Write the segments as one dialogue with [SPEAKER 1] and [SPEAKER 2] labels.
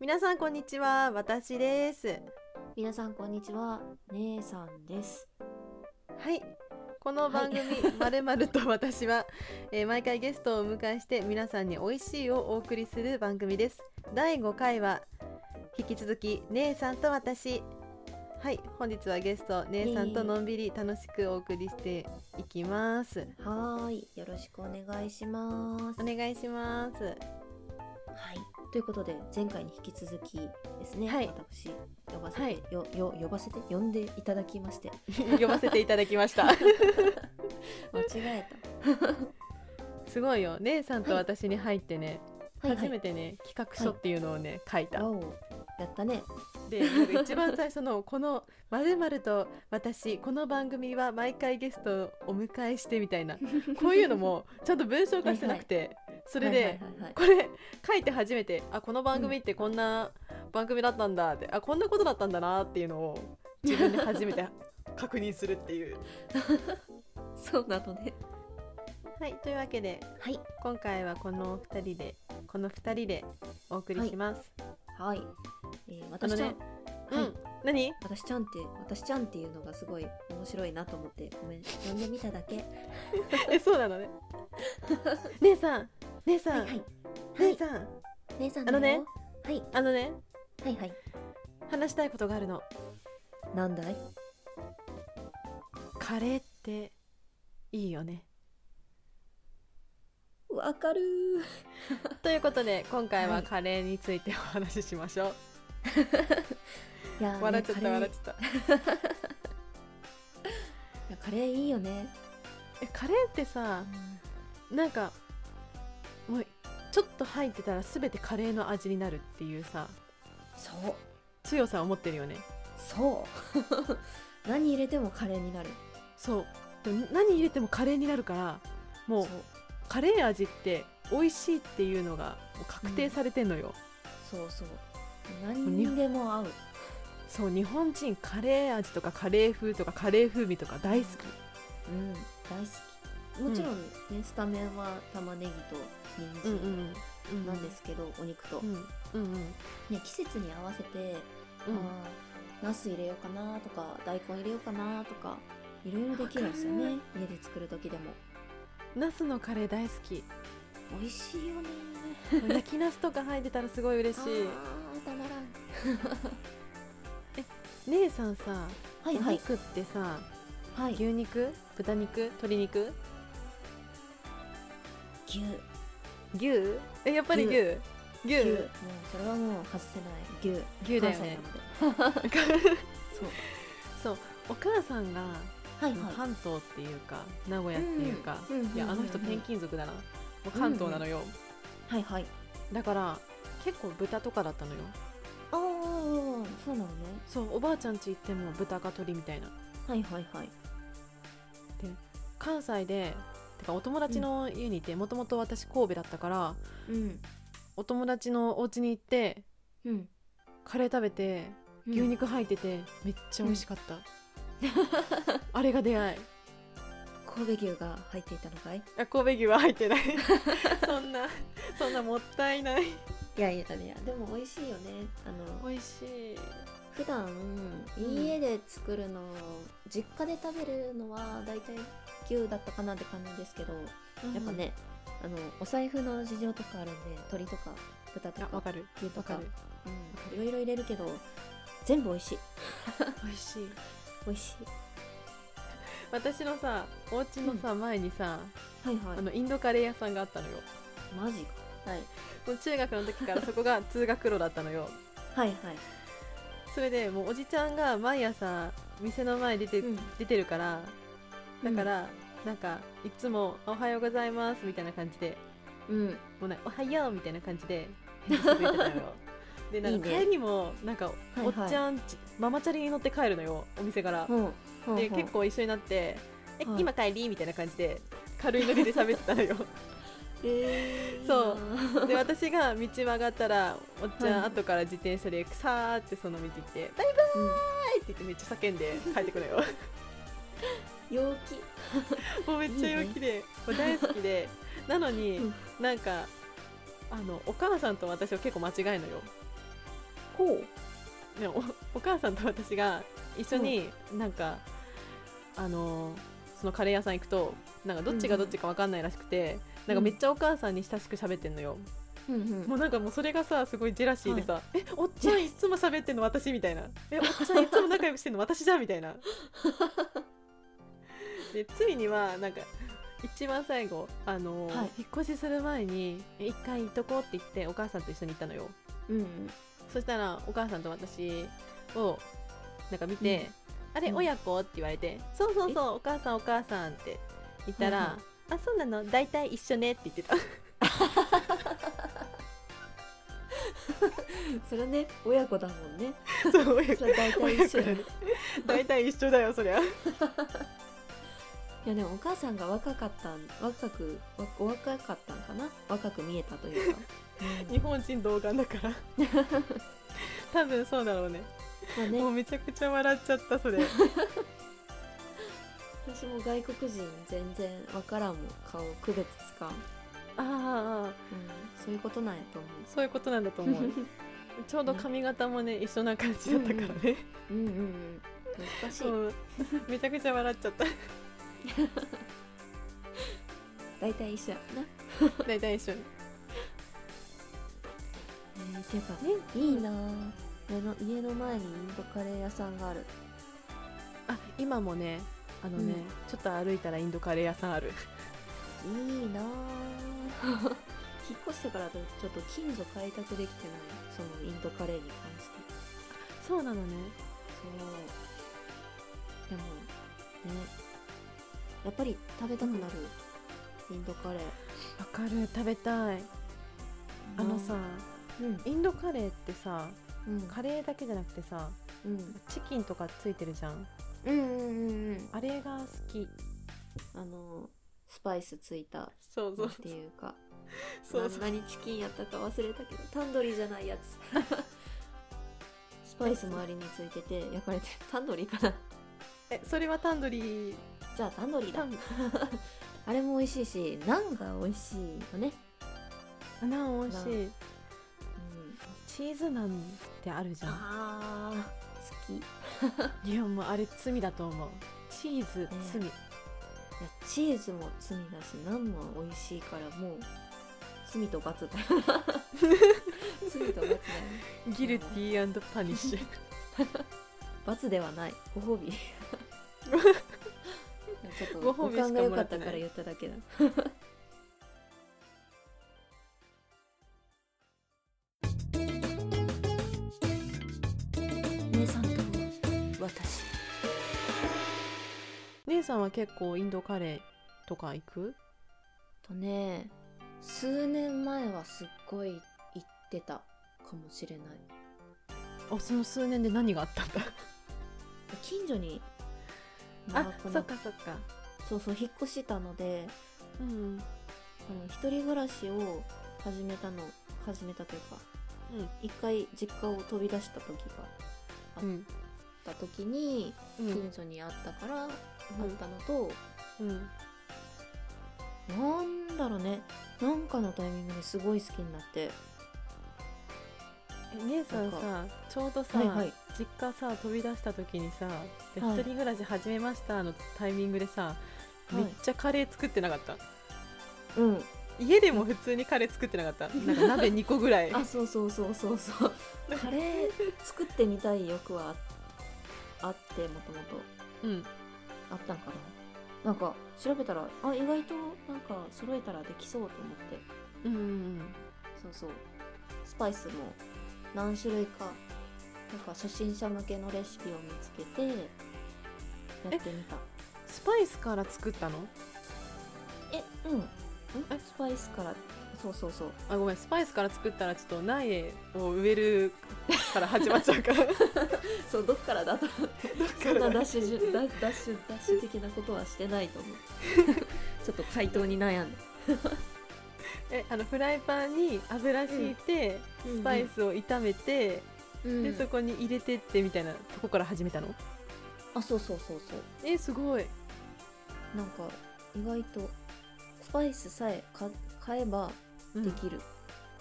[SPEAKER 1] 皆さんこんにちは私です
[SPEAKER 2] 皆さんこんにちは姉さんです
[SPEAKER 1] はいこの番組「 まるまると私は」えー毎回ゲストをお迎えして皆さんに美味しいをお送りする番組です第5回は引き続き姉さんと私はい本日はゲスト姉さんとのんびり楽しくお送りしていきます
[SPEAKER 2] はーいよろしくお願いします
[SPEAKER 1] お願いします
[SPEAKER 2] はいということで前回に引き続きですね、
[SPEAKER 1] はい
[SPEAKER 2] 私呼ばせて、
[SPEAKER 1] はい
[SPEAKER 2] よよ呼ばせて呼んでいただきまして
[SPEAKER 1] 呼ばせていただきました
[SPEAKER 2] 間違え
[SPEAKER 1] すごいよ姉さんと私に入ってね、
[SPEAKER 2] たはいは
[SPEAKER 1] 初め
[SPEAKER 2] い
[SPEAKER 1] てね企画書っていうのをね、書いた
[SPEAKER 2] わおやったね
[SPEAKER 1] でなんか一番最初のこの「まるまると私この番組は毎回ゲストをお迎えして」みたい なこういうのもちゃんと文章化してなくて、それで、
[SPEAKER 2] はいはいはいはい
[SPEAKER 1] これ書いて初めてあこの番組ってこんな番組だったんだって、あこんなことだったんだなっていうのを自分で初め て確認するっていう。
[SPEAKER 2] そうなのね
[SPEAKER 1] はいというわけで
[SPEAKER 2] はい
[SPEAKER 1] 今回はこの2人でこの2人でお送りします。
[SPEAKER 2] はい、えー、
[SPEAKER 1] あの
[SPEAKER 2] 私ちゃん、
[SPEAKER 1] ね、うん、何
[SPEAKER 2] 私ちゃんって私ちゃんっていうのがすごい面白いなと思ってごめん呼んでみただけ
[SPEAKER 1] えそうなの ね姉さん姉さ
[SPEAKER 2] は
[SPEAKER 1] ん、
[SPEAKER 2] いはい
[SPEAKER 1] 姉さん、
[SPEAKER 2] 姉さん
[SPEAKER 1] あのね
[SPEAKER 2] だよはい
[SPEAKER 1] あのね
[SPEAKER 2] はいはい
[SPEAKER 1] 話したいことがあるの
[SPEAKER 2] なんだい
[SPEAKER 1] カレーっていいよね
[SPEAKER 2] わかるー
[SPEAKER 1] ということで今回
[SPEAKER 2] は
[SPEAKER 1] はいカレーについてお話ししましょう、
[SPEAKER 2] いやーね
[SPEAKER 1] 笑っちゃっ
[SPEAKER 2] カ
[SPEAKER 1] た
[SPEAKER 2] レー
[SPEAKER 1] 笑っちゃった
[SPEAKER 2] いやカレーいいよね、
[SPEAKER 1] えカレーってさなんかもうちょっと入ってたら全てカレーの味になるっていうさ
[SPEAKER 2] そう
[SPEAKER 1] 強さを持ってるよね
[SPEAKER 2] そう 何入れてもカレーになる
[SPEAKER 1] そうでも何入れてもカレーになるからもう
[SPEAKER 2] そう
[SPEAKER 1] カレー味って美味しいっていうのがもう確定されてんのよ、
[SPEAKER 2] そうそう何にでも合う
[SPEAKER 1] そう日本人カレー味とかカレー風とかカレー風味とか大好
[SPEAKER 2] うん大好きもちろんね、スタメンは玉ねぎと人
[SPEAKER 1] き、
[SPEAKER 2] 参
[SPEAKER 1] うん
[SPEAKER 2] なんですけど、お肉と、
[SPEAKER 1] うんうんうん
[SPEAKER 2] ね季節に合わせて、
[SPEAKER 1] うん
[SPEAKER 2] あーナス入れようかなとか大根入れようかなとかいろいろできるんですよ
[SPEAKER 1] わ
[SPEAKER 2] ね家で作る時でも
[SPEAKER 1] ナスのカレー大好 き
[SPEAKER 2] 美味しいよね
[SPEAKER 1] 焼きナスとか入ってたらすごい嬉しい
[SPEAKER 2] あーたまらん
[SPEAKER 1] 姉さんさ
[SPEAKER 2] は
[SPEAKER 1] お
[SPEAKER 2] いはい
[SPEAKER 1] 肉ってさ
[SPEAKER 2] はい
[SPEAKER 1] 牛肉豚肉鶏肉
[SPEAKER 2] 牛
[SPEAKER 1] 牛えやっぱり牛牛
[SPEAKER 2] 牛
[SPEAKER 1] 牛
[SPEAKER 2] もうそれはもう外せない牛
[SPEAKER 1] だ
[SPEAKER 2] 関
[SPEAKER 1] よ
[SPEAKER 2] 西な
[SPEAKER 1] ね
[SPEAKER 2] のでそう
[SPEAKER 1] そうお母さんが
[SPEAKER 2] はいはい
[SPEAKER 1] 関東っていうか名古屋っていうか、
[SPEAKER 2] うんうん
[SPEAKER 1] いやあの人
[SPEAKER 2] うんうんうん
[SPEAKER 1] 転勤族だなもう関東なのよ、
[SPEAKER 2] はいはい
[SPEAKER 1] だから結構豚とかだったのよ
[SPEAKER 2] ああそうなのね
[SPEAKER 1] そうおばあちゃん家行っても豚か鳥みたいな
[SPEAKER 2] はいはいはい
[SPEAKER 1] 関西でてかお友達の家にいてもともと私神戸だったから
[SPEAKER 2] うん
[SPEAKER 1] お友達のお家に行って
[SPEAKER 2] うん
[SPEAKER 1] カレー食べて牛肉入ってて、めっちゃ美味しか った、あれが出会い
[SPEAKER 2] 神戸牛が入っていたのかい
[SPEAKER 1] あ神戸牛は入ってない そんなそんなもったいない
[SPEAKER 2] いやいやいやでも美味しいよねあの
[SPEAKER 1] 美味しい
[SPEAKER 2] 普段家で作るの実家で食べるのはだいたい牛だったかなって感じですけどやっぱねあのお財布の事情とかあるんで鶏とか豚と
[SPEAKER 1] あわ
[SPEAKER 2] か
[SPEAKER 1] かる
[SPEAKER 2] 牛と
[SPEAKER 1] わか
[SPEAKER 2] か
[SPEAKER 1] る
[SPEAKER 2] うん、いろいろ入れるけど全部美味しい
[SPEAKER 1] 美味しい
[SPEAKER 2] 美味しい
[SPEAKER 1] 私のさお家のさ、前にさ
[SPEAKER 2] はいは
[SPEAKER 1] あのインドカレー屋さんがあったのよ
[SPEAKER 2] マジか、はい、
[SPEAKER 1] もう中学の時からそこが通学路だったの よ
[SPEAKER 2] はいはい
[SPEAKER 1] それでもうおじちゃんが毎朝店の前出て,、
[SPEAKER 2] うん
[SPEAKER 1] 出てるからだから、なんかいつも「おはようございます」みたいな感じで
[SPEAKER 2] うん
[SPEAKER 1] 「もうね、おはよう」みたいな感じで返事してくれてたのよ でなんか
[SPEAKER 2] いいね
[SPEAKER 1] 帰りもなんか
[SPEAKER 2] い
[SPEAKER 1] お
[SPEAKER 2] はい
[SPEAKER 1] っちゃんちママチャリに乗って帰るのよお店から、
[SPEAKER 2] ほうほう
[SPEAKER 1] で
[SPEAKER 2] ほう
[SPEAKER 1] 結構一緒になって「え
[SPEAKER 2] はい
[SPEAKER 1] 今帰り?」みたいな感じで軽いノリで喋ってたの よ
[SPEAKER 2] えー
[SPEAKER 1] そうで私が道曲がったらおっちゃん
[SPEAKER 2] はい
[SPEAKER 1] 後から自転車でさーってその道行って「はいって言ってめっちゃ叫ん で帰ってくのよ
[SPEAKER 2] うん、陽気
[SPEAKER 1] もうめっちゃ陽気でもう大好き でなのに、
[SPEAKER 2] うん
[SPEAKER 1] なんかあのお母さんと私を結構間違えるのよ
[SPEAKER 2] ほ
[SPEAKER 1] ねおお母さんと私が一緒になんか、あのーそのカレー屋さん行くとなんかどっちがどっちか分かんないらしくて、なんかめっちゃお母さんに親しく喋ってんのよ、
[SPEAKER 2] う。うんうん
[SPEAKER 1] もうなんかもうそれがさすごいジェラシーでさ「えおっちゃんいつも喋ってんの私」みた いな「えおっちゃんいつも仲良くしてんの私じゃん」みたいな。でついにはなんか一番最後、あのー
[SPEAKER 2] はい
[SPEAKER 1] 引っ越しする前に「え一回行っとこう」って言ってお母さんと一緒に行ったのよ。
[SPEAKER 2] うん
[SPEAKER 1] そしたらお母さんと私をなんか見て「あれ
[SPEAKER 2] うん
[SPEAKER 1] 親子?」って言われて「そうそうそうお母さんお母さん」って言った
[SPEAKER 2] はいは
[SPEAKER 1] ら「あそうなの大体一緒ね」って言って た
[SPEAKER 2] それね親子だもんね。
[SPEAKER 1] そう親
[SPEAKER 2] そ
[SPEAKER 1] 子
[SPEAKER 2] れ大体一緒だね。
[SPEAKER 1] 大体一緒だよそりゃ
[SPEAKER 2] いやでもお母さんが若かったん若くわお若かったんかな若く見えたと いうか。
[SPEAKER 1] 日本人同感だから多分そうだろうね
[SPEAKER 2] まあ
[SPEAKER 1] もう
[SPEAKER 2] ね、
[SPEAKER 1] めちゃくちゃ笑っちゃったそれ
[SPEAKER 2] 私も外国人全然わからんもん顔区別つかん、うん、
[SPEAKER 1] ああ
[SPEAKER 2] そういうことなんやと思
[SPEAKER 1] そういうことなんだと思う ちょうど髪型もね一緒な感じだったからね、
[SPEAKER 2] ううんうんうん難しい
[SPEAKER 1] そうめちゃくちゃ笑っちゃった
[SPEAKER 2] 大体一緒やな、
[SPEAKER 1] 大体一緒
[SPEAKER 2] えー、ていうかねいいなぁ家の家の前にインドカレー屋さんがある
[SPEAKER 1] あ今もねあのね、
[SPEAKER 2] うん
[SPEAKER 1] ちょっと歩いたらインドカレー屋さんある
[SPEAKER 2] いいなぁ 引っ越してからだとちょっと近所開拓できてないそのインドカレーに関して
[SPEAKER 1] そうなのね
[SPEAKER 2] そうでもねやっぱり食べたくなる、インドカレー
[SPEAKER 1] わかる食べたいあのさ、
[SPEAKER 2] うん
[SPEAKER 1] インドカレーってさ
[SPEAKER 2] うん
[SPEAKER 1] カレーだけじゃなくてさ
[SPEAKER 2] うん
[SPEAKER 1] チキンとかついてるじゃん
[SPEAKER 2] うんうんうんうん
[SPEAKER 1] あれが好き
[SPEAKER 2] あのスパイスついた
[SPEAKER 1] そう
[SPEAKER 2] なんていうか
[SPEAKER 1] そうそう
[SPEAKER 2] 何チキンやったか忘れたけどタンドリーじゃないやつスパイス周りについてて焼かれてる タンドリーかな
[SPEAKER 1] えそれはタンドリー
[SPEAKER 2] じゃあタンドリー
[SPEAKER 1] タ
[SPEAKER 2] だ
[SPEAKER 1] ン
[SPEAKER 2] あれも美味しいしナンが美味しいよね、
[SPEAKER 1] あなん美味しい
[SPEAKER 2] うん、
[SPEAKER 1] チーズナンってあるじゃん
[SPEAKER 2] あー好き
[SPEAKER 1] いやもうあれ罪だと思うチーズ罪、
[SPEAKER 2] いやチーズも罪だしナンも美味しいからもう罪と罰 だよ罪と罰だよ
[SPEAKER 1] ギルティーパニッシュ
[SPEAKER 2] 罰ではないご褒美ちょっ
[SPEAKER 1] ご
[SPEAKER 2] と
[SPEAKER 1] 褒
[SPEAKER 2] ご
[SPEAKER 1] 美しか
[SPEAKER 2] 感が良
[SPEAKER 1] もら
[SPEAKER 2] か
[SPEAKER 1] っ
[SPEAKER 2] って
[SPEAKER 1] な
[SPEAKER 2] た
[SPEAKER 1] い
[SPEAKER 2] から言っただけだ姉さんと私
[SPEAKER 1] 姉さんは結構インドカレーとか行く
[SPEAKER 2] とね数年前はすっごい行ってたかもしれない
[SPEAKER 1] あその数年で何があったんだ
[SPEAKER 2] 近所に
[SPEAKER 1] あ
[SPEAKER 2] 長く
[SPEAKER 1] そ
[SPEAKER 2] な
[SPEAKER 1] っかそっか
[SPEAKER 2] そうそう引っ越したので
[SPEAKER 1] うん
[SPEAKER 2] あの一人暮らしを始めたの始めたというか
[SPEAKER 1] うん
[SPEAKER 2] 一回実家を飛び出した時があ
[SPEAKER 1] うん
[SPEAKER 2] あった時に
[SPEAKER 1] うん
[SPEAKER 2] 近所にあったからあったのと、
[SPEAKER 1] うん
[SPEAKER 2] なんだろうねなんかのタイミングですごい好きになって
[SPEAKER 1] え姉さんさちょうどさ、
[SPEAKER 2] はいはい
[SPEAKER 1] 実家さ飛び出した時にさ「で
[SPEAKER 2] はい
[SPEAKER 1] 一人暮らし始めました」のタイミングでさ、
[SPEAKER 2] い
[SPEAKER 1] めっちゃカレー作ってなかった
[SPEAKER 2] うん
[SPEAKER 1] 家でも普通にカレー作ってなかったなんか鍋2個ぐらい
[SPEAKER 2] あそうそうそうそうそうカレー作ってみたい欲はああってもともと
[SPEAKER 1] うん
[SPEAKER 2] あったんかななんか調べたらあ意外となんか揃えたらできそうと思って
[SPEAKER 1] うんうん
[SPEAKER 2] そうそうスパイスも何種類かなんか初心者向けのレシピを見つけてやってみた
[SPEAKER 1] スパイスから作ったの
[SPEAKER 2] えうんん
[SPEAKER 1] え
[SPEAKER 2] スパイスからそうそうそう
[SPEAKER 1] あごめんスパイスから作ったらちょっと苗を植えるから始まっちゃうから
[SPEAKER 2] そうどっからだとそんなダッシュじゅダダッシュダッシュ的なことはしてないと思う ちょっと回答に悩んで
[SPEAKER 1] えあのフライパンに油敷いて、
[SPEAKER 2] うん
[SPEAKER 1] スパイスを炒めて、
[SPEAKER 2] うん
[SPEAKER 1] でそこに入れてってみたいなとこから始めたの
[SPEAKER 2] あそうそうそうそう
[SPEAKER 1] えすごい
[SPEAKER 2] なんか意外とスパイスさえか買えばできる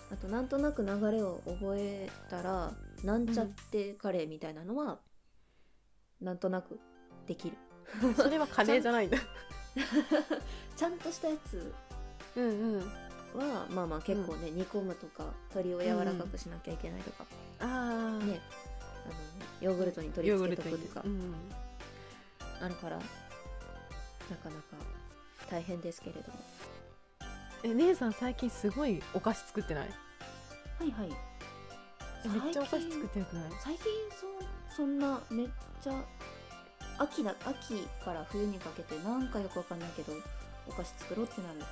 [SPEAKER 2] あとなんとなく流れを覚えたらなんちゃってカレーみたいなのは、なんとなくできる
[SPEAKER 1] それはカレーじゃないんだ
[SPEAKER 2] ちゃんとしたやつ
[SPEAKER 1] うんうん
[SPEAKER 2] はまあまあ結構ね、煮込むとか鶏を柔らかくしなきゃいけないとか、
[SPEAKER 1] ああ、
[SPEAKER 2] ねあのヨーグルトに取り
[SPEAKER 1] ヨーグ
[SPEAKER 2] 付
[SPEAKER 1] ルト
[SPEAKER 2] けと
[SPEAKER 1] に
[SPEAKER 2] くとか
[SPEAKER 1] うん
[SPEAKER 2] あるから、なかなか大変ですけれども
[SPEAKER 1] え姉さん最近すごいお菓子作ってない
[SPEAKER 2] はいはい
[SPEAKER 1] めっちゃお菓子作ってなくない
[SPEAKER 2] 最近そそんなめっちゃ秋だ秋から冬にかけてなんかよくわかんないけどお菓子作ろうってなる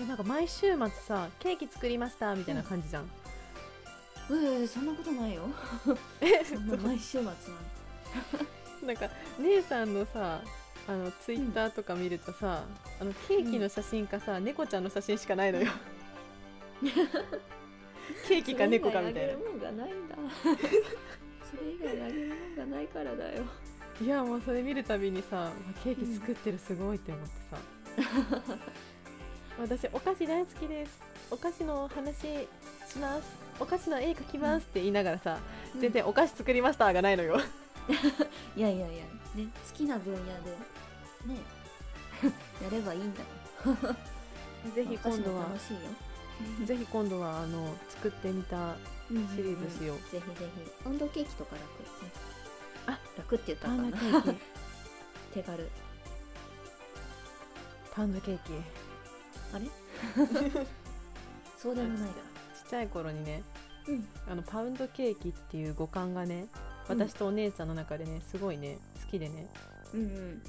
[SPEAKER 1] えなんか毎週末さケーキ作りましたみたいな感じじゃん、
[SPEAKER 2] うえそんなこと ないよ
[SPEAKER 1] え
[SPEAKER 2] そんな毎週末なんて
[SPEAKER 1] なんか姉さんのさあのツイッターとか見るとさ、あのケーキの写真かさ、猫ちゃんの写真しかないの よケーキか猫かみたいな
[SPEAKER 2] それ以外あげるもんがないんだそれ以外あげるもんがないからだよ
[SPEAKER 1] いやもうそれ見るたびにさケーキ作ってるすごいって思ってさ、 私お菓子大好きですお菓子の話しますお菓子の絵描きますって言いながらさ、全然お菓子作りましたがないのよ
[SPEAKER 2] いやいやいやね 好きな分野でねやればいいんだ
[SPEAKER 1] ぜひ今度
[SPEAKER 2] お菓子
[SPEAKER 1] は
[SPEAKER 2] も楽しいよ
[SPEAKER 1] ぜひ今度はあの作ってみたシリーズしよう、
[SPEAKER 2] ぜひぜひ温度ケーキとか楽ね
[SPEAKER 1] あ
[SPEAKER 2] 楽って言った
[SPEAKER 1] パ
[SPEAKER 2] か
[SPEAKER 1] ン
[SPEAKER 2] な
[SPEAKER 1] ダケーキ
[SPEAKER 2] 手軽
[SPEAKER 1] パンダケーキ
[SPEAKER 2] あれそうでもないか
[SPEAKER 1] ちっちゃい頃にね
[SPEAKER 2] うん
[SPEAKER 1] あのパウンドケーキっていう五感がね
[SPEAKER 2] うん
[SPEAKER 1] 私とお姉ちゃんの中でねすごいね好きでね
[SPEAKER 2] うん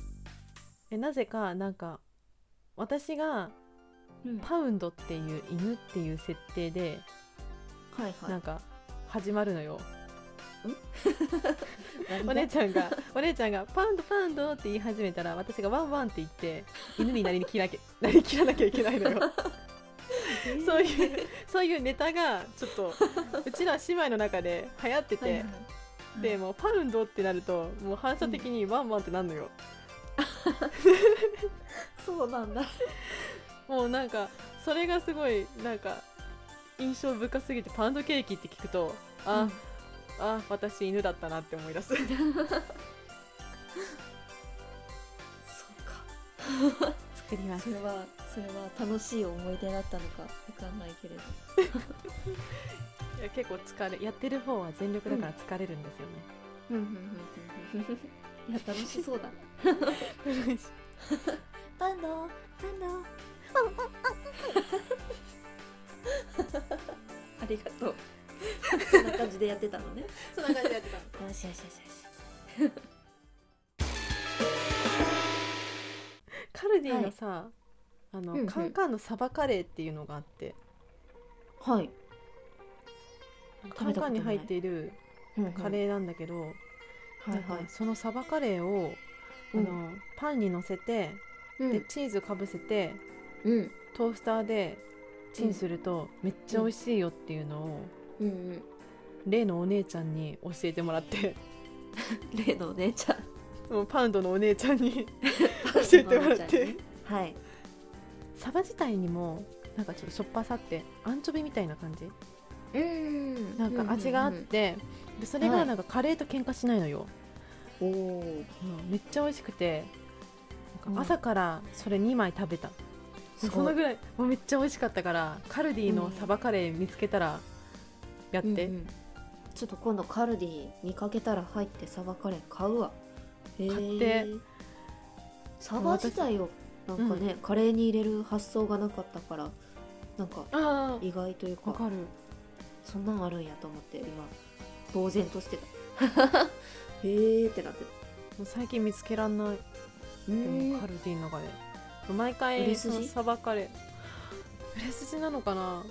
[SPEAKER 1] えなぜかなんか私が
[SPEAKER 2] うんうんは
[SPEAKER 1] パウンドっていう犬っていう設定で
[SPEAKER 2] いは
[SPEAKER 1] なんか始まるのよ、
[SPEAKER 2] い
[SPEAKER 1] お姉ちゃんがお姉ちゃんがパウンドパウンドって言い始めたら私がワンワンって言って犬になりきらけ なりきらなきゃいけないの よそういうそういうネタがちょっとうちら姉妹の中で流行ってて、
[SPEAKER 2] はいはい
[SPEAKER 1] でもうパウンドってなるともう反射的にワンワンってなるのよ、
[SPEAKER 2] そうなんだ
[SPEAKER 1] もうなんかそれがすごいなんか印象深すぎてパウンドケーキって聞くとあ、
[SPEAKER 2] うん
[SPEAKER 1] あ私犬だったなって思い出す
[SPEAKER 2] そうか
[SPEAKER 1] 作りま
[SPEAKER 2] それはそれは楽しい思い出だったのかわかんないけれど
[SPEAKER 1] いや結構疲れやってる方は全力だから疲れるんですよね、
[SPEAKER 2] うんうんうん うんいや楽しそうだ パンダパンダありがとうそんな感じでやってたのね
[SPEAKER 1] そんな感じでやってた
[SPEAKER 2] よしよしよしよし
[SPEAKER 1] カルディのさ、あの、
[SPEAKER 2] うんうん
[SPEAKER 1] カンカンのサバカレーっていうのがあって
[SPEAKER 2] はい、
[SPEAKER 1] カ
[SPEAKER 2] 食
[SPEAKER 1] ン
[SPEAKER 2] べたこ
[SPEAKER 1] カ
[SPEAKER 2] とない
[SPEAKER 1] ンに入っているカ
[SPEAKER 2] ー
[SPEAKER 1] レーなんだけど、
[SPEAKER 2] はいは
[SPEAKER 1] なん
[SPEAKER 2] い
[SPEAKER 1] かそのサバカレーを、
[SPEAKER 2] うん
[SPEAKER 1] あのパンにのせて、
[SPEAKER 2] うん
[SPEAKER 1] でチーズかぶせて
[SPEAKER 2] うん
[SPEAKER 1] トースターでチンするとめっちゃ美味しいよっていうのを、
[SPEAKER 2] うんうん
[SPEAKER 1] 例のお姉ちゃんに教えてもらって
[SPEAKER 2] 例のお姉ちゃん
[SPEAKER 1] もうパウンドのお姉ちゃん に教えてもらって
[SPEAKER 2] はい
[SPEAKER 1] サバ自体にもなんかちょっとしょっぱさってアンチョビみたいな感じ
[SPEAKER 2] うん
[SPEAKER 1] なんか味があって、でそれ
[SPEAKER 2] は
[SPEAKER 1] が
[SPEAKER 2] い
[SPEAKER 1] なんかカレーと喧嘩しないのよ、
[SPEAKER 2] おお
[SPEAKER 1] うんめっちゃ美味しくてなん
[SPEAKER 2] うん
[SPEAKER 1] か朝からそれ2枚食べた、もうそのぐらいもうめっちゃ美味しかったからカルディのサバカレー見つけたらやって、
[SPEAKER 2] うんうんちょっと今度カルディ見かけたら入ってサバカレー買うわ買
[SPEAKER 1] 買って
[SPEAKER 2] サバ自体をなんかね、カレーに入れる発想がなかったからなんか
[SPEAKER 1] あ
[SPEAKER 2] 意外という
[SPEAKER 1] あわ
[SPEAKER 2] か
[SPEAKER 1] かる
[SPEAKER 2] そんなんあるんやと思って今呆然として たへーってなってた
[SPEAKER 1] もう最近見つけらんないでもカルディの中で毎
[SPEAKER 2] 売
[SPEAKER 1] 回
[SPEAKER 2] れ
[SPEAKER 1] そ
[SPEAKER 2] 筋
[SPEAKER 1] のサバカレー売れ筋なのかな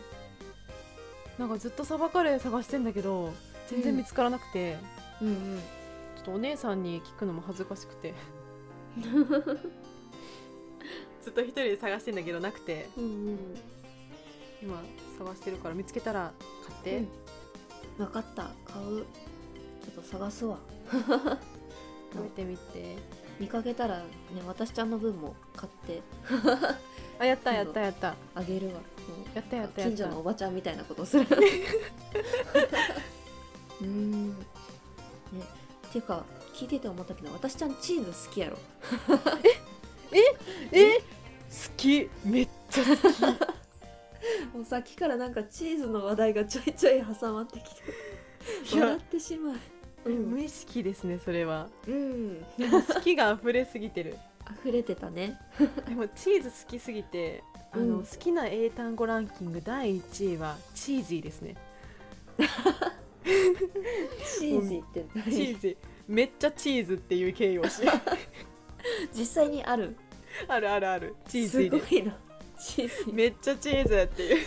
[SPEAKER 1] なんかずっとサバカレー探してんだけど全然見つからなくて、
[SPEAKER 2] うんうん
[SPEAKER 1] ちょっとお姉さんに聞くのも恥ずかしくて ずっと一人で探してんだけどなくて
[SPEAKER 2] うんうん
[SPEAKER 1] 今探してるから見つけたら買って、
[SPEAKER 2] うん分かった買うちょっと探すわ
[SPEAKER 1] 食べてみて
[SPEAKER 2] 見かけたらね私ちゃんの分も買って
[SPEAKER 1] あやった
[SPEAKER 2] 今
[SPEAKER 1] やっ
[SPEAKER 2] 度
[SPEAKER 1] たやった
[SPEAKER 2] あげるわ
[SPEAKER 1] やったやったやった
[SPEAKER 2] 近所のおばちゃんみたいなことをする うーんねっていうか聞いてて思ったけど私ちゃんチーズ好きやろ
[SPEAKER 1] え好きめっちゃ好き
[SPEAKER 2] もうさっきからなんかチーズの話題がちょいちょい挟まってき
[SPEAKER 1] い
[SPEAKER 2] て
[SPEAKER 1] や
[SPEAKER 2] 笑ってしまうう
[SPEAKER 1] 無意識ですねそれは
[SPEAKER 2] うん
[SPEAKER 1] でも好きが溢れすぎてる
[SPEAKER 2] 溢れてたね
[SPEAKER 1] でもチーズ好きすぎてあの、
[SPEAKER 2] うん
[SPEAKER 1] 好きな英単語ランキング第1位はチーズーですね
[SPEAKER 2] チーズって
[SPEAKER 1] チーズめっちゃチーズっていう形 容詞
[SPEAKER 2] 実際にある
[SPEAKER 1] あるあるあるチーズ
[SPEAKER 2] す
[SPEAKER 1] ー
[SPEAKER 2] ご
[SPEAKER 1] で
[SPEAKER 2] いなチーズ
[SPEAKER 1] めっちゃチーズっていう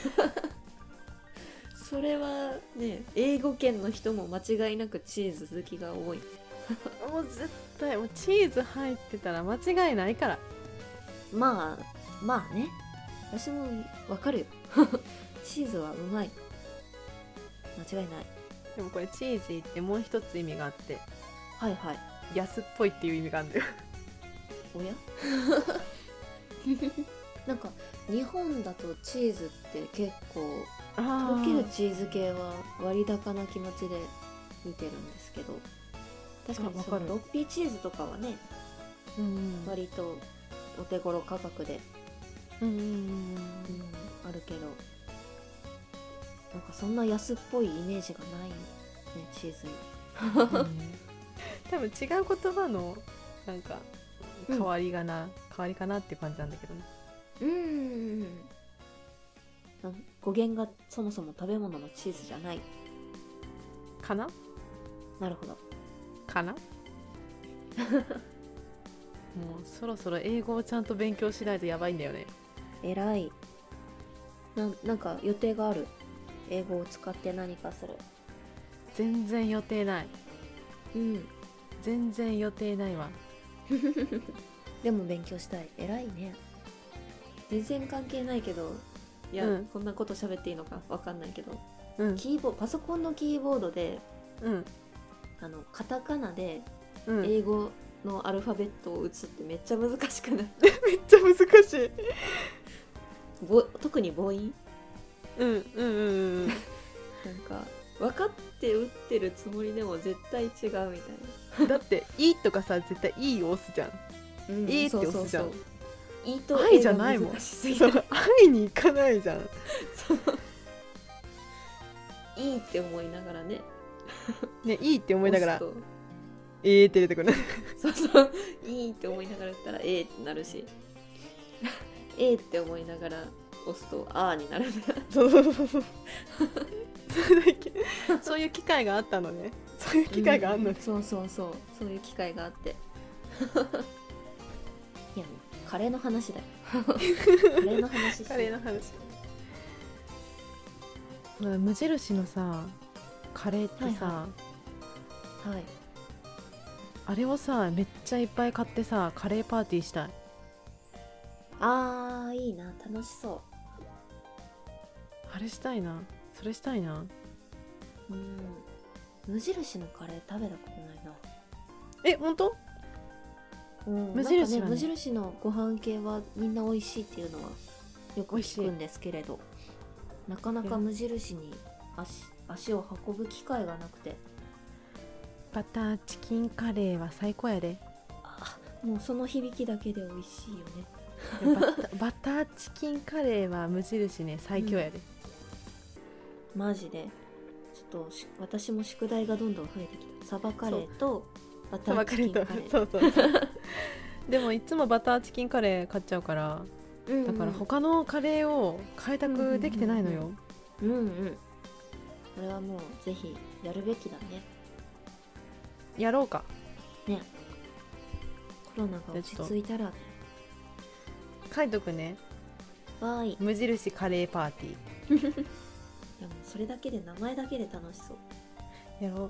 [SPEAKER 2] それはね英語圏の人も間違いなくチーズ好きが多い
[SPEAKER 1] もう絶対もうチーズ入ってたら間違いないから
[SPEAKER 2] まあまあね私もわかるよ チーズはうまい間違いない
[SPEAKER 1] でもこれチーズーってもう一つ意味があって
[SPEAKER 2] はいはい
[SPEAKER 1] 安っぽいっていう意味があるんだよ
[SPEAKER 2] お やなんか日本だとチーズって結構とろけるチーズ系は割高な気持ちで見てるんですけど確か
[SPEAKER 1] あわ
[SPEAKER 2] にそ
[SPEAKER 1] かる
[SPEAKER 2] のロッピーチーズとかはね
[SPEAKER 1] うん
[SPEAKER 2] 割とお手頃価格で、
[SPEAKER 1] うんうんうんうん
[SPEAKER 2] うんあるけどなんかそんな安っぽいイメージがないねチーズに
[SPEAKER 1] 多分違う言葉のなんか
[SPEAKER 2] うん
[SPEAKER 1] 代わりがな、代わりかなって感じなんだけどね
[SPEAKER 2] うん語源がそもそも食べ物のチーズじゃない
[SPEAKER 1] かな
[SPEAKER 2] なるほど
[SPEAKER 1] か なもうそろそろ英語をちゃんと勉強しないとやばいんだよね
[SPEAKER 2] 偉いなんなんか予定がある英語を使って何かする
[SPEAKER 1] 全然予定ない
[SPEAKER 2] うん
[SPEAKER 1] 全然予定ないわ
[SPEAKER 2] でも勉強したい偉いね全然関係ないけどいや、
[SPEAKER 1] うん
[SPEAKER 2] こんなこと喋っていいのかわかんないけど
[SPEAKER 1] うん
[SPEAKER 2] キーボーパソコンのキーボードで
[SPEAKER 1] うん
[SPEAKER 2] あのカタカナで
[SPEAKER 1] うんめっ
[SPEAKER 2] 英語のアルファベットを打つってめっちゃ難しくない
[SPEAKER 1] ちゃ難しい
[SPEAKER 2] ぼ特に母音
[SPEAKER 1] うんうんうんうん
[SPEAKER 2] なんか分かって打ってるつもりでも絶対違うみたいな
[SPEAKER 1] うんだって「い」とかさ絶対「い」を押すじゃん
[SPEAKER 2] 「うん
[SPEAKER 1] いいって押すじゃん
[SPEAKER 2] そうそうそういいと
[SPEAKER 1] 愛じゃないもん
[SPEAKER 2] 英語難しすぎ
[SPEAKER 1] そ
[SPEAKER 2] る
[SPEAKER 1] う会いに行かないじゃん
[SPEAKER 2] いいって思いながらね
[SPEAKER 1] ねいいって思いながら
[SPEAKER 2] 押すと
[SPEAKER 1] 「ええ」って出てくる
[SPEAKER 2] そうそういいって思いながら打ったら「え」ってなるし「え」って思いながら押すと「あ」になるんだよ
[SPEAKER 1] そうそうそうそうそれだけそういう機会があったのねそういう機会があんの
[SPEAKER 2] うん
[SPEAKER 1] ね、
[SPEAKER 2] そうそうそうそういう機会があって いやカレーの話だよカレーの話 し
[SPEAKER 1] カレーの話まあ無印のさカレーってさ、
[SPEAKER 2] はいはい
[SPEAKER 1] あれをさめっちゃいっぱい買ってさカレーパーティーしたい
[SPEAKER 2] あーいいな楽しそ
[SPEAKER 1] あれしたいなそれしたいな
[SPEAKER 2] ううん無印のカレー食べたことないな
[SPEAKER 1] え本当
[SPEAKER 2] うん
[SPEAKER 1] 無印はね
[SPEAKER 2] なんか無印のご飯系はみんな美味しいっていうのはよく聞くんですけれどなかなか無印に足足を運ぶ機会がなくて
[SPEAKER 1] バターチキンカレーは最高や で
[SPEAKER 2] あもうその響きだけで美味しいよね
[SPEAKER 1] バタバターチキンカレーは無印ね最強やで、
[SPEAKER 2] マジでちょっとし私も宿題がどんどん増えてきたサバカレーとバタ
[SPEAKER 1] サ
[SPEAKER 2] ー
[SPEAKER 1] バカ
[SPEAKER 2] チ
[SPEAKER 1] レ
[SPEAKER 2] キ
[SPEAKER 1] ー
[SPEAKER 2] ンカレ
[SPEAKER 1] と
[SPEAKER 2] ー
[SPEAKER 1] そうそう そうでもいつもバターチキンカレー買っちゃうから
[SPEAKER 2] うんう
[SPEAKER 1] だ
[SPEAKER 2] ん
[SPEAKER 1] から他のカレーを開拓できてないの
[SPEAKER 2] うん
[SPEAKER 1] よ
[SPEAKER 2] うんうんこれはもうぜひやるべきだね
[SPEAKER 1] やろうか
[SPEAKER 2] コロナが落ち着いたら
[SPEAKER 1] 書いとくね
[SPEAKER 2] わーいい
[SPEAKER 1] 無印カレーパーティ
[SPEAKER 2] やもうそれだけで名前だけで楽しそう、
[SPEAKER 1] ーやろう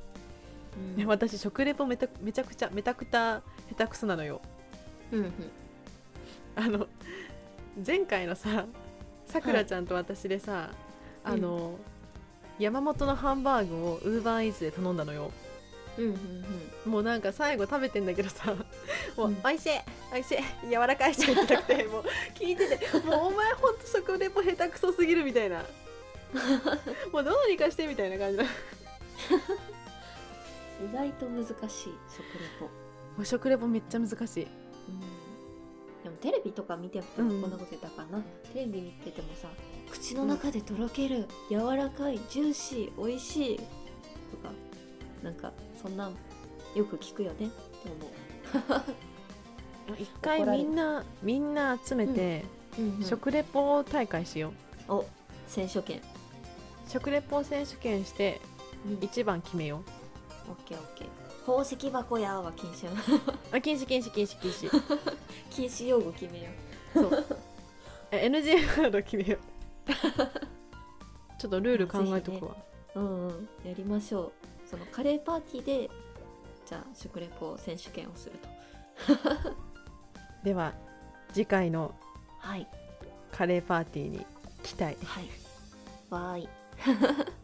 [SPEAKER 2] うん
[SPEAKER 1] いや私食レポめためちゃくちゃめたくた下手くそなのよ
[SPEAKER 2] うんうん
[SPEAKER 1] あの前回のささくらちゃんと私でさ、あの、山本のハンバーグをウーバーイーツで頼んだのよ
[SPEAKER 2] うんうん
[SPEAKER 1] もうなんか最後食べてんだけどさもう
[SPEAKER 2] うん
[SPEAKER 1] 「おいしいおいしい柔らかい」しか言ってなく てもう聞いてて「もうお前ほんと食レポ下手くそすぎる」みたい なもうどうにかしてみたいな感じのも
[SPEAKER 2] 意外と難しい食レポ、
[SPEAKER 1] う食レポめっちゃ難しい
[SPEAKER 2] でもテレビとか見てもこ
[SPEAKER 1] うん
[SPEAKER 2] んなこと言ったかな、テレビ見ててもさ口の中でとろける、柔らかいジューシー美味しいとかなんかそんなんよく聞くよねと思
[SPEAKER 1] 一回
[SPEAKER 2] 怒られ
[SPEAKER 1] み
[SPEAKER 2] る
[SPEAKER 1] んなみんな集めて、
[SPEAKER 2] う、
[SPEAKER 1] 食レポ大会しよう
[SPEAKER 2] お選手権
[SPEAKER 1] 食レポ選手権して一番決めよう
[SPEAKER 2] オッケーオッケー宝石箱やは禁止
[SPEAKER 1] あ禁止禁止禁止禁 止
[SPEAKER 2] 禁止用語決めよ
[SPEAKER 1] え NG ワード決め ようちょっとルール考えとくわ、
[SPEAKER 2] ううんうんやりましょうそのカレーパーティーでじゃあ食レポ選手権をすると
[SPEAKER 1] では次回の
[SPEAKER 2] はい
[SPEAKER 1] カレーパーティーに期待
[SPEAKER 2] はいわーい